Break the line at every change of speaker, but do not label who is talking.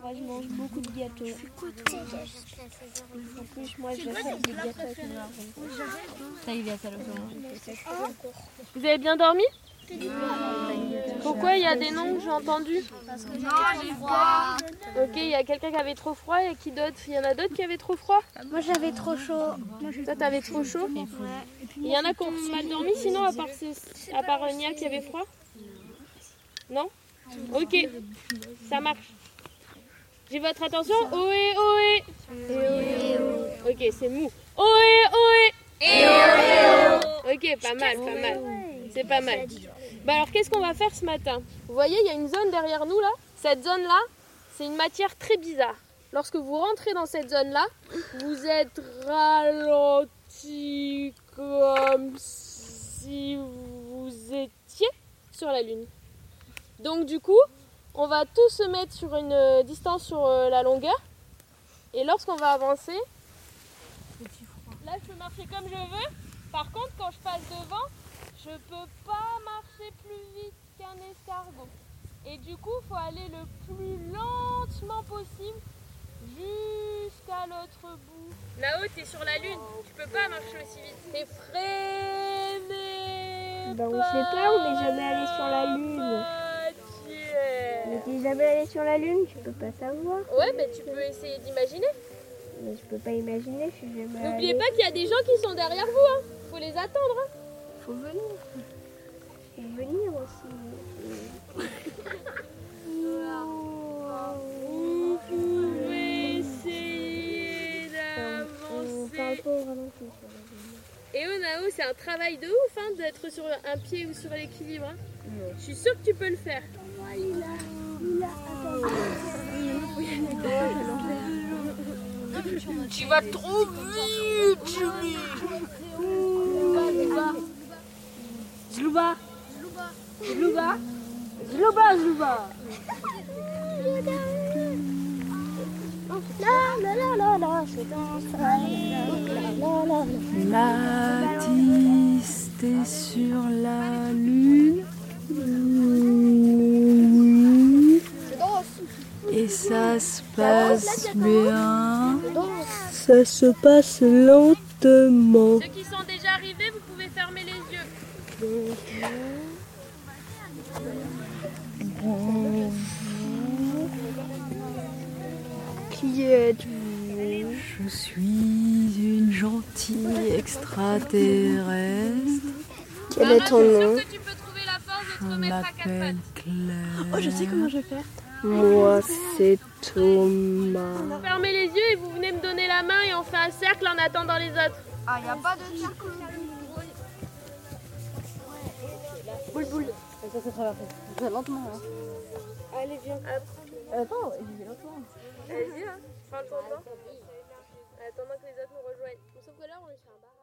Moi, je mange beaucoup de gâteaux. En plus, moi, j'achète des gâteaux avec mon argent.
Ça il est à salopement.
Vous avez bien dormi
Euh,
Pourquoi il y a des noms que j'ai entendus Ok, il y a quelqu'un qui avait trop froid et qui d'autre Il y en a d'autres qui avaient trop froid
Moi j'avais trop chaud.
Toi, t'avais trop chaud Il y en a qui ont mal dormi sinon, à part, ce- à part Nia qui avait froid Non Ok, ça marche. J'ai votre attention. Ohé, ohé Ok, c'est mou. Ohé, ohé Ok, pas mal, pas mal. C'est pas mal. Bah alors, qu'est-ce qu'on va faire ce matin Vous voyez, il y a une zone derrière nous là. Cette zone-là, c'est une matière très bizarre. Lorsque vous rentrez dans cette zone-là, vous êtes ralenti comme si vous étiez sur la Lune. Donc du coup, on va tous se mettre sur une euh, distance sur euh, la longueur. Et lorsqu'on va avancer, là je peux marcher comme je veux. Par contre, quand je passe devant, je peux pas marcher plus vite qu'un escargot. Et du coup, faut aller le plus lentement possible jusqu'à l'autre bout. Là-haut, t'es sur la lune, tu peux pas marcher aussi vite. T'es freiné.
Bah, on sait pas, on n'est jamais allé sur la lune. Mais t'es jamais allé sur la lune, tu peux pas savoir.
Ouais, mais tu peux essayer d'imaginer.
Mais je peux pas imaginer, je suis jamais
N'oubliez
allé.
pas qu'il y a des gens qui sont derrière vous. Hein. Faut les attendre. hein.
Faut venir. Faut venir aussi.
Vous pouvez essayer
On parle
d'avancer.
pas au ralenti sur la lune.
Et Onao, c'est un travail de ouf hein, d'être sur un pied ou sur l'équilibre. hein. Je suis sûre que tu peux le faire.
Tu vas trop vite, Jimmy. Zlouba. Zlouba. Zlouba, Zlouba.
La la la la, je danse.
Oh,
La la la la.
Matisse, t'es sur la lune. Oui. Et ça se passe bien. Ça se passe lentement.
Ceux qui sont déjà arrivés, vous pouvez fermer les yeux.
Qui êtes-vous
Je suis une gentille extraterrestre.
Quel est ton
Mara,
nom
Hein, je suis sûre que tu peux trouver la force de te
On
remettre à quatre
m'appelle
pattes.
Claire.
Moi, c'est Thomas.
Fermez les yeux et vous venez me donner la main et on fait un cercle en attendant les autres.
Ça c'est traversé. C'est lentement. hein.
Allez, viens.
Attends, j'y vais lentement.
Allez-y, hein. Prends ton temps. Attendant que les autres nous rejoignent. Sauf que là, on est sur un bar.